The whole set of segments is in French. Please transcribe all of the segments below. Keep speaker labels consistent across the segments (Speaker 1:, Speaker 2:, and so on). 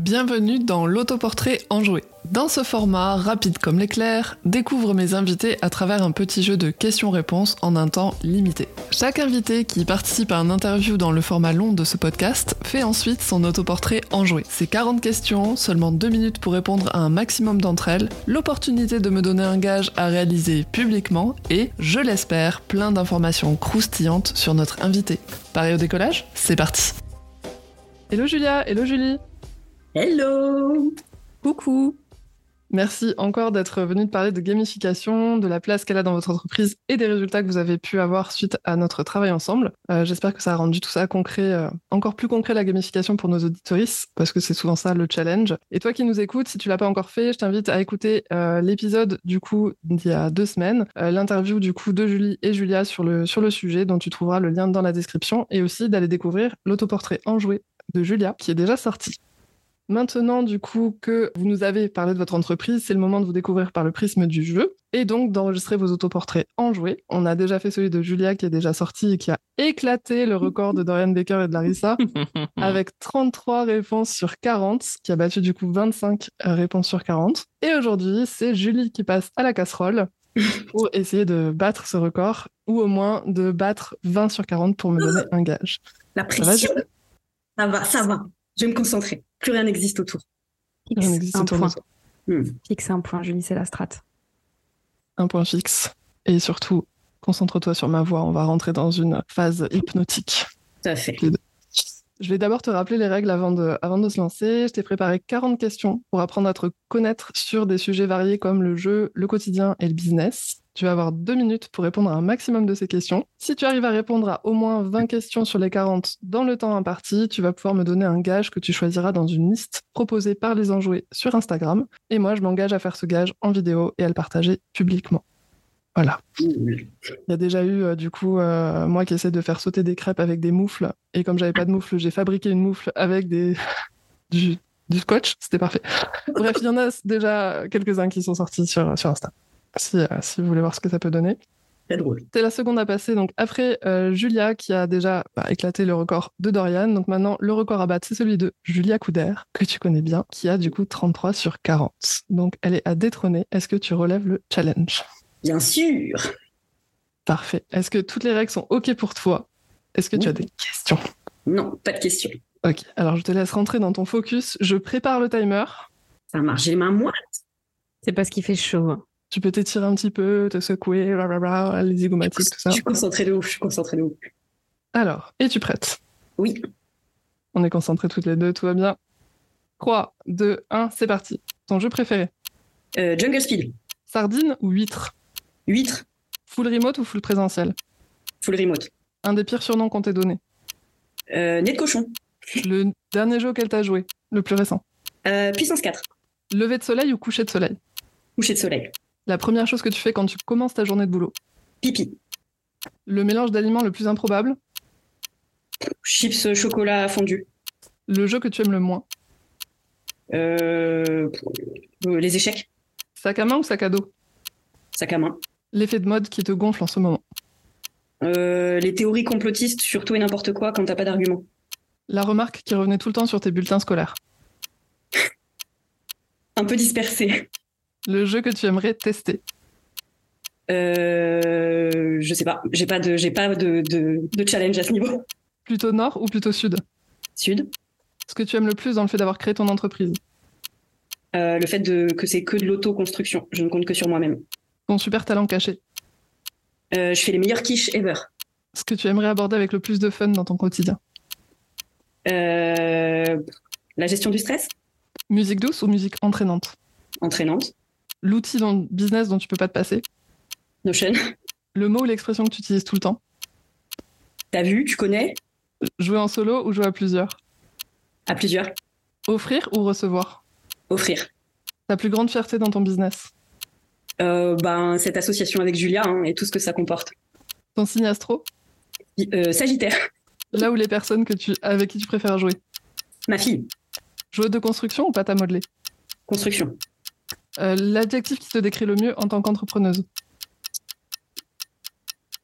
Speaker 1: bienvenue dans l'autoportrait enjoué. Dans ce format, rapide comme l'éclair, découvre mes invités à travers un petit jeu de questions-réponses en un temps limité. Chaque invité qui participe à un interview dans le format long de ce podcast fait ensuite son autoportrait enjoué. C'est 40 questions, seulement 2 minutes pour répondre à un maximum d'entre elles, l'opportunité de me donner un gage à réaliser publiquement et, je l'espère, plein d'informations croustillantes sur notre invité. Pareil au décollage C'est parti Hello Julia, hello Julie
Speaker 2: Hello
Speaker 3: Coucou
Speaker 1: Merci encore d'être venu de parler de gamification, de la place qu'elle a dans votre entreprise et des résultats que vous avez pu avoir suite à notre travail ensemble. Euh, J'espère que ça a rendu tout ça concret, euh, encore plus concret la gamification pour nos auditorices, parce que c'est souvent ça le challenge. Et toi qui nous écoutes, si tu l'as pas encore fait, je t'invite à écouter euh, l'épisode du coup d'il y a deux semaines, euh, l'interview du coup de Julie et Julia sur le, sur le sujet, dont tu trouveras le lien dans la description, et aussi d'aller découvrir l'autoportrait enjoué de Julia, qui est déjà sorti. Maintenant, du coup, que vous nous avez parlé de votre entreprise, c'est le moment de vous découvrir par le prisme du jeu et donc d'enregistrer vos autoportraits enjoués. On a déjà fait celui de Julia qui est déjà sorti et qui a éclaté le record de Dorian Baker et de Larissa avec 33 réponses sur 40, qui a battu du coup 25 réponses sur 40. Et aujourd'hui, c'est Julie qui passe à la casserole pour essayer de battre ce record ou au moins de battre 20 sur 40 pour me donner un gage.
Speaker 2: La pression Ça va, ça va. Je vais me concentrer. Plus rien n'existe autour.
Speaker 3: Fixe
Speaker 1: On existe
Speaker 3: un
Speaker 1: autour de
Speaker 3: point.
Speaker 1: ça.
Speaker 2: Hmm.
Speaker 3: Fixe un point, Julie, c'est la strate.
Speaker 1: un point fixe. Et surtout, concentre-toi sur ma voix, on va rentrer dans une phase hypnotique.
Speaker 2: Tout à fait.
Speaker 1: Je vais d'abord te rappeler les règles avant de, avant de se lancer. Je t'ai préparé 40 questions pour apprendre à te connaître sur des sujets variés comme le jeu, le quotidien et le business. Tu vas avoir deux minutes pour répondre à un maximum de ces questions. Si tu arrives à répondre à au moins 20 questions sur les 40 dans le temps imparti, tu vas pouvoir me donner un gage que tu choisiras dans une liste proposée par les enjoués sur Instagram. Et moi, je m'engage à faire ce gage en vidéo et à le partager publiquement. Voilà.
Speaker 2: Cool.
Speaker 1: Il y a déjà eu, euh, du coup, euh, moi qui essaie de faire sauter des crêpes avec des moufles. Et comme j'avais pas de moufle, j'ai fabriqué une moufle avec des... du, du scotch. C'était parfait. Bref, il y en a déjà quelques-uns qui sont sortis sur, sur Insta. Si, euh, si vous voulez voir ce que ça peut donner.
Speaker 2: Très drôle.
Speaker 1: C'est la seconde à passer. Donc après euh, Julia qui a déjà bah, éclaté le record de Dorian. Donc maintenant le record à battre c'est celui de Julia Couder que tu connais bien, qui a du coup 33 sur 40. Donc elle est à détrôner. Est-ce que tu relèves le challenge
Speaker 2: Bien sûr.
Speaker 1: Parfait. Est-ce que toutes les règles sont ok pour toi Est-ce que tu
Speaker 2: Oui.
Speaker 1: as des questions
Speaker 2: Non, pas de question.
Speaker 1: Ok. Alors je te laisse rentrer dans ton focus. Je prépare le timer.
Speaker 2: Ça marche. J'ai les mains moites.
Speaker 3: C'est parce qu'il fait chaud. hein.
Speaker 1: Tu peux t'étirer un petit peu, te secouer, blablabla, les zygomatiques, tout ça.
Speaker 2: Je suis concentrée de ouf. Je suis concentrée de ouf.
Speaker 1: Alors, es-tu prête
Speaker 2: Oui.
Speaker 1: On est concentrés toutes les deux, tout va bien. 3, 2, 1, c'est parti. Ton jeu préféré
Speaker 2: Euh, Jungle Speed.
Speaker 1: Sardine ou huître
Speaker 2: Huître.
Speaker 1: Full remote ou full présentiel
Speaker 2: Full remote.
Speaker 1: Un des pires surnoms qu'on t'ait donné.
Speaker 2: Euh, nez de cochon.
Speaker 1: Le dernier jeu auquel t'as joué, le plus récent.
Speaker 2: Euh, puissance 4.
Speaker 1: Lever de soleil ou coucher de soleil
Speaker 2: Coucher de soleil.
Speaker 1: La première chose que tu fais quand tu commences ta journée de boulot.
Speaker 2: Pipi.
Speaker 1: Le mélange d'aliments le plus improbable.
Speaker 2: Chips euh, chocolat fondu.
Speaker 1: Le jeu que tu aimes le moins.
Speaker 2: Euh, euh, les échecs.
Speaker 1: Sac à main ou sac à dos
Speaker 2: Sac à main.
Speaker 1: L'effet de mode qui te gonfle en ce moment.
Speaker 2: Euh, les théories complotistes sur tout et n'importe quoi quand t'as pas d'argument.
Speaker 1: La remarque qui revenait tout le temps sur tes bulletins scolaires.
Speaker 2: Un peu dispersé.
Speaker 1: Le jeu que tu aimerais tester.
Speaker 2: Euh, je sais pas. J'ai pas de, j'ai pas de, de, de challenge à ce niveau.
Speaker 1: Plutôt nord ou plutôt sud
Speaker 2: Sud.
Speaker 1: Ce que tu aimes le plus dans le fait d'avoir créé ton entreprise.
Speaker 2: Euh, le fait de, que c'est que de l'auto-construction. Je ne compte que sur moi-même.
Speaker 1: Ton super talent caché.
Speaker 2: Euh, je fais les meilleures quiches ever.
Speaker 1: Ce que tu aimerais aborder avec le plus de fun dans ton quotidien.
Speaker 2: Euh, la gestion du stress,
Speaker 1: Musique douce ou musique entraînante.
Speaker 2: entraînante.
Speaker 1: L'outil dans le business dont tu peux pas te passer.
Speaker 2: Notion.
Speaker 1: Le mot ou l'expression que tu utilises tout le temps.
Speaker 2: T'as vu, tu connais,
Speaker 1: Jouer en solo ou jouer à plusieurs.
Speaker 2: à plusieurs.
Speaker 1: Offrir ou recevoir.
Speaker 2: Offrir.
Speaker 1: Ta plus grande fierté dans ton business.
Speaker 2: Euh, ben, cette association avec Julia hein, et tout ce que ça comporte.
Speaker 1: Ton signe astro.
Speaker 2: Euh, Sagittaire,
Speaker 1: Là où les personnes que tu, avec qui tu préfères jouer.
Speaker 2: ma fille,
Speaker 1: Jouer de construction ou pâte à modeler.
Speaker 2: construction.
Speaker 1: Euh, L'adjectif qui te décrit le mieux en tant qu'entrepreneuse.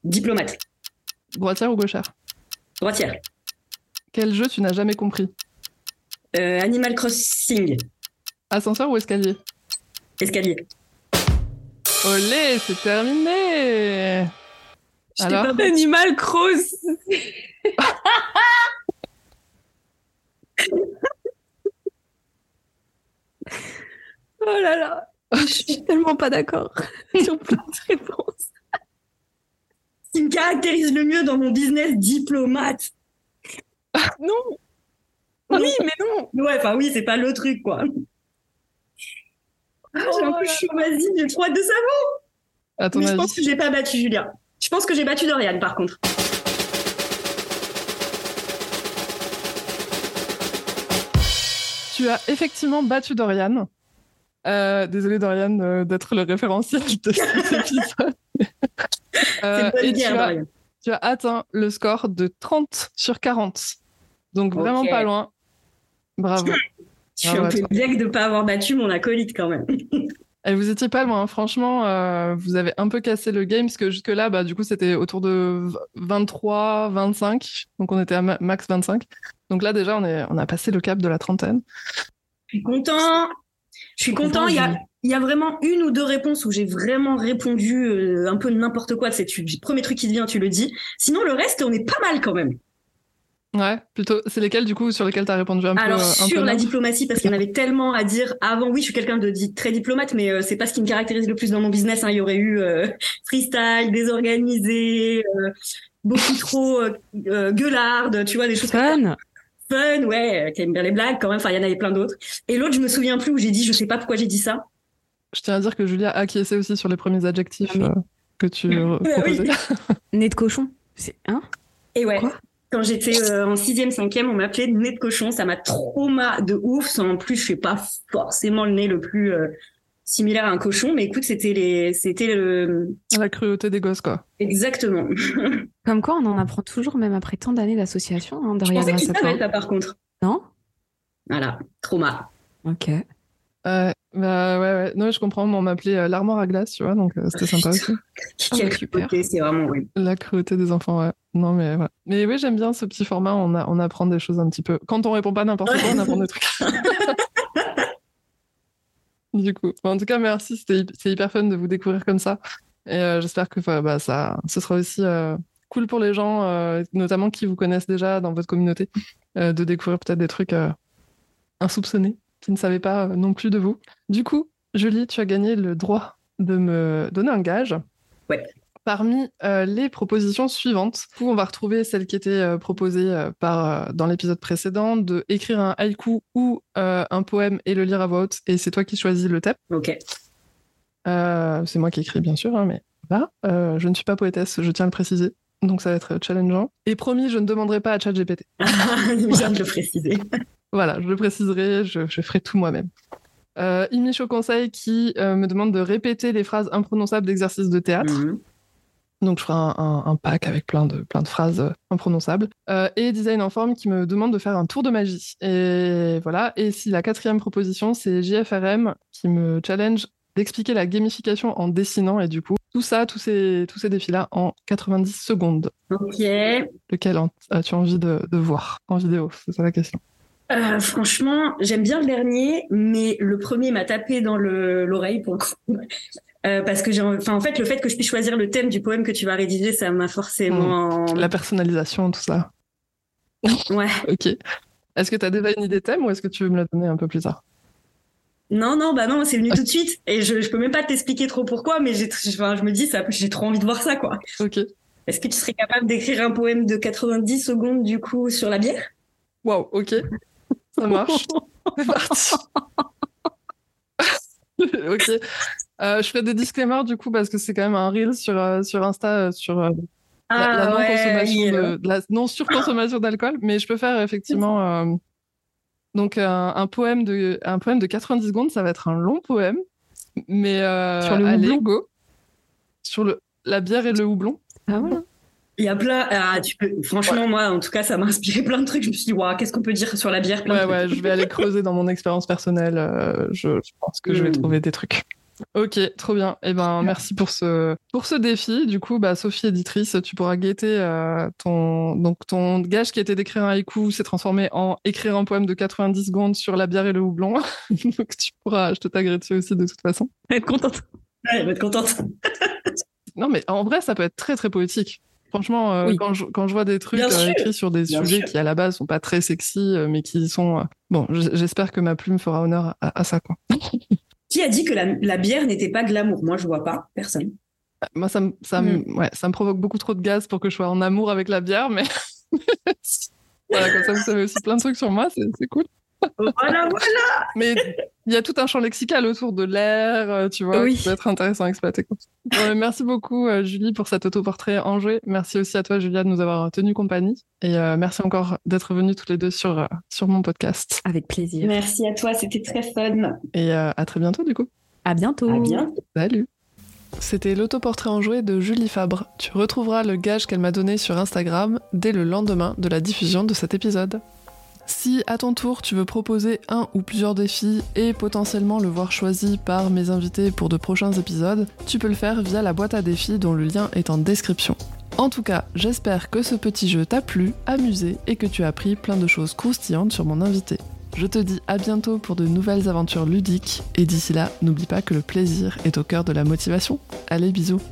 Speaker 2: Diplomate,
Speaker 1: Droitière ou gauchère.
Speaker 2: droitière.
Speaker 1: Quel jeu tu n'as jamais compris.
Speaker 2: Euh, Animal Crossing.
Speaker 1: Ascenseur ou escalier
Speaker 2: Escalier.
Speaker 1: Olé, c'est terminé
Speaker 2: Je t'ai
Speaker 1: Alors
Speaker 2: pas-
Speaker 3: Animal Cross Oh là là Je suis tellement pas d'accord sur plein de réponses.
Speaker 2: Ce qui me caractérise le mieux dans mon business diplomate.
Speaker 3: Non Oui, mais non
Speaker 2: Ouais, enfin oui, c'est pas le truc, quoi. Ah, j'ai un
Speaker 3: Oh
Speaker 2: peu
Speaker 3: là
Speaker 2: chaud, vas-y, j'ai trop hâte de savoir.
Speaker 1: À ton
Speaker 2: Mais je
Speaker 1: avis
Speaker 2: pense que j'ai pas battu Julia. Je pense que j'ai battu Dorian, par contre.
Speaker 1: Tu as effectivement battu Dorian. Euh, désolé Dorian euh, d'être le référentiel de cet épisode.
Speaker 2: C'est
Speaker 1: Euh,
Speaker 2: une bonne
Speaker 1: et tu,
Speaker 2: guerre,
Speaker 1: as,
Speaker 2: Dorian.
Speaker 1: tu as atteint le score de 30 sur 40. Donc vraiment
Speaker 2: Ok.
Speaker 1: pas loin. Bravo.
Speaker 2: Je suis
Speaker 1: Ah,
Speaker 2: un
Speaker 1: ouais,
Speaker 2: peu vieille de pas avoir battu mon acolyte, quand même.
Speaker 1: Et vous étiez pas loin, hein. franchement, euh, vous avez un peu cassé le game, parce que jusque-là, bah, du coup, c'était autour de v- 23, 25, donc on était à ma- max 25. Donc là, déjà, on, est, on a passé le cap de la trentaine.
Speaker 2: Je suis content. Je suis content. Il y a, il y a vraiment une ou deux réponses où j'ai vraiment répondu euh, un peu n'importe quoi. C'est tu- le premier truc qui te vient, tu le dis. Sinon, le reste, on est pas mal quand même.
Speaker 1: Ouais, plutôt, c'est lesquels, du coup, sur lesquels tu as répondu un
Speaker 2: Alors,
Speaker 1: peu euh, un
Speaker 2: sur
Speaker 1: peu
Speaker 2: la
Speaker 1: non
Speaker 2: diplomatie, parce qu'il y en avait tellement à dire avant. Oui, je suis quelqu'un de dit- très diplomate, mais euh, c'est pas ce qui me caractérise le plus dans mon business. hein. Il y aurait eu euh, freestyle, désorganisé, euh, beaucoup trop euh, euh, gueularde, tu vois, des choses comme ça.
Speaker 3: Fun
Speaker 2: fun, ouais, euh, qui aime bien les blagues quand même. Enfin, il y en avait plein d'autres. Et l'autre, je me souviens plus où j'ai dit, je sais pas pourquoi j'ai dit ça.
Speaker 1: Je tiens à dire que Julia a acquiescé aussi sur les premiers adjectifs
Speaker 3: Ah, mais-
Speaker 1: euh, que tu euh,
Speaker 2: oui.
Speaker 1: proposais.
Speaker 3: Nez de cochon C'est hein
Speaker 2: Et ouais.
Speaker 3: Quoi
Speaker 2: quand j'étais euh, en sixième, cinquième, on m'appelait nez de cochon. Ça m'a trauma de ouf. sans- En plus, je suis pas forcément le nez le plus euh, similaire à un cochon, mais écoute, c'était les, c'était le,
Speaker 1: La cruauté des gosses, quoi.
Speaker 2: exactement.
Speaker 3: Comme quoi, on en apprend toujours, même après tant d'années d'association, hein,
Speaker 2: Je
Speaker 3: Dorian
Speaker 2: pensais
Speaker 3: grâce
Speaker 2: qu'il
Speaker 3: à toi.
Speaker 2: savait ça par contre.
Speaker 3: Non
Speaker 2: Voilà, trauma.
Speaker 3: Ok.
Speaker 1: Ouais, bah, ouais, ouais. Non, je comprends, mais on m'appelait euh, l'armoire à glace, tu vois, donc euh, c'était sympa aussi.
Speaker 3: Ah,
Speaker 2: Quel
Speaker 3: super.
Speaker 2: côté, c'est vraiment ouais.
Speaker 1: La cruauté des enfants, ouais. Non, mais ouais. Mais oui, j'aime bien ce petit format, on, a- on apprend des choses un petit peu. Quand on répond pas n'importe quoi, on apprend des trucs. du coup, Bon, en tout cas, merci, c'était hy- c'est hyper fun de vous découvrir comme ça. Et euh, j'espère que enfin, bah, ça, ce sera aussi euh, cool pour les gens, euh, notamment qui vous connaissent déjà dans votre communauté, euh, de découvrir peut-être des trucs euh, insoupçonnés, qui ne savaient pas euh, non plus de vous. Du coup, Julie, tu as gagné le droit de me donner un gage parmi euh, les propositions suivantes. Du coup, on va retrouver celle qui était euh, proposée euh, par, euh, dans l'épisode précédent de écrire un haïku ou euh, un poème et le lire à voix haute. Et c'est toi qui choisis le thème.
Speaker 2: Ok.
Speaker 1: Euh, c'est moi qui écris, bien sûr, hein, mais voilà. Euh, je ne suis pas poétesse, je tiens à le préciser. Donc ça va être euh, challengeant. Et promis, je ne demanderai pas à ChatGPT.
Speaker 2: Il me vient de le préciser.
Speaker 1: Voilà, je le préciserai, je, je ferai tout moi-même. Euh, Imicho Conseil qui euh, me demande de répéter les phrases imprononçables d'exercices de théâtre.
Speaker 2: Mhm.
Speaker 1: Donc je ferai un, un- un pack avec plein de, plein de phrases euh, imprononçables. Euh, et Design en forme qui me demande de faire un tour de magie. Et voilà. Et si la quatrième proposition, c'est JFRM qui me challenge d'expliquer la gamification en dessinant. Et du coup, tout ça, tous ces, tous ces défis-là en 90 secondes.
Speaker 2: Ok.
Speaker 1: Lequel en- as-tu envie de, de voir en vidéo C'est ça la question.
Speaker 2: Euh, franchement, j'aime bien le dernier, mais le premier m'a tapé dans le- l'oreille pour le coup. Euh, parce que j'ai, enfin, en fait, le fait que je puisse choisir le thème du poème que tu vas rédiger, ça m'a forcément.
Speaker 1: Hmm. La personnalisation, tout ça.
Speaker 2: Ouais.
Speaker 1: Ok. Est-ce que tu as déjà une idée thème ou est-ce que tu veux me la donner un peu plus tard
Speaker 2: Non, non, bah non, c'est venu tout de suite, et je, je peux même pas t'expliquer trop pourquoi, mais j'ai, enfin, je me dis, ça, j'ai trop envie de voir ça, quoi.
Speaker 1: Ok.
Speaker 2: Est-ce que tu serais capable d'écrire un poème de 90 secondes du coup sur la bière
Speaker 1: Waouh, ok. Ça marche. C'est parti. ok. Euh, je ferai des disclaimers du coup parce que c'est quand même un reel sur, euh, sur Insta euh, sur euh, la, la non-consommation
Speaker 2: Ah il est là.
Speaker 1: de- de la non-surconsommation d'alcool, mais je peux faire effectivement euh, donc euh, un, un poème de, un poème de 90 secondes, ça va être un long poème, mais euh,
Speaker 3: Sur le
Speaker 1: allez,
Speaker 3: houblon.
Speaker 1: go. Sur le, la bière et le houblon.
Speaker 3: Ah voilà.
Speaker 2: Il y a plein. Ah, tu peux. Franchement, moi, en tout cas, ça m'a inspiré plein de trucs. Je me suis dit, waouh, qu'est-ce qu'on peut dire sur la bière plein de
Speaker 1: Ouais,
Speaker 2: trucs.
Speaker 1: ouais, je vais aller creuser dans mon expérience personnelle. euh, je, je pense que je vais
Speaker 2: Mm.
Speaker 1: trouver des trucs. Ok, trop bien. Eh ben, merci pour ce, pour ce défi. Du coup, bah, Sophie, éditrice, tu pourras guetter euh, ton, donc, ton gage qui était d'écrire un haïku s'est transformé en écrire un poème de 90 secondes sur la bière et le houblon. donc, tu pourras, je te taguerai dessus aussi de toute façon.
Speaker 3: Être contente.
Speaker 2: Ouais, je vais être contente.
Speaker 1: Non, mais en vrai, ça peut être très, très poétique. Franchement, euh,
Speaker 3: Oui.
Speaker 1: quand, je, quand je vois des trucs
Speaker 2: Bien
Speaker 1: euh,
Speaker 2: sûr.
Speaker 1: écrits sur des
Speaker 2: Bien
Speaker 1: sujets
Speaker 2: sûr.
Speaker 1: qui, à la base, sont pas très sexy, euh, mais qui sont. euh, Bon, j- j'espère que ma plume fera honneur à, à ça, quoi.
Speaker 2: Qui a dit que la, la bière n'était pas de l'amour Moi, je vois pas. Personne.
Speaker 1: Euh, Moi, ça me, ça me-
Speaker 2: Mm.
Speaker 1: ouais, ça me provoque beaucoup trop de gaz pour que je sois en amour avec la bière, mais voilà, comme ça, vous savez aussi plein de trucs sur moi, c'est c'est cool.
Speaker 2: Voilà, voilà.
Speaker 1: Mais il y a tout un champ lexical autour de l'air, euh, tu vois,
Speaker 3: Oui.
Speaker 1: qui peut être intéressant à exploiter. quoi. Bon, mais merci beaucoup, euh, Julie, pour cet autoportrait enjoué. Merci aussi à toi, Julia, de nous avoir tenu compagnie. Et euh, merci encore d'être venues toutes les deux sur, euh, sur mon podcast.
Speaker 3: Avec plaisir.
Speaker 2: Merci à toi, c'était très fun.
Speaker 1: Et euh, à très bientôt, du coup.
Speaker 3: À bientôt.
Speaker 2: À bientôt.
Speaker 1: Salut C'était l'autoportrait enjoué de Julie Fabre. Tu retrouveras le gage qu'elle m'a donné sur Instagram dès le lendemain de la diffusion de cet épisode. Si à ton tour tu veux proposer un ou plusieurs défis et potentiellement le voir choisi par mes invités pour de prochains épisodes, tu peux le faire via la boîte à défis dont le lien est en description. En tout cas, j'espère que ce petit jeu t'a plu, amusé et que tu as appris plein de choses croustillantes sur mon invité. Je te dis à bientôt pour de nouvelles aventures ludiques et d'ici là, n'oublie pas que le plaisir est au cœur de la motivation. Allez, bisous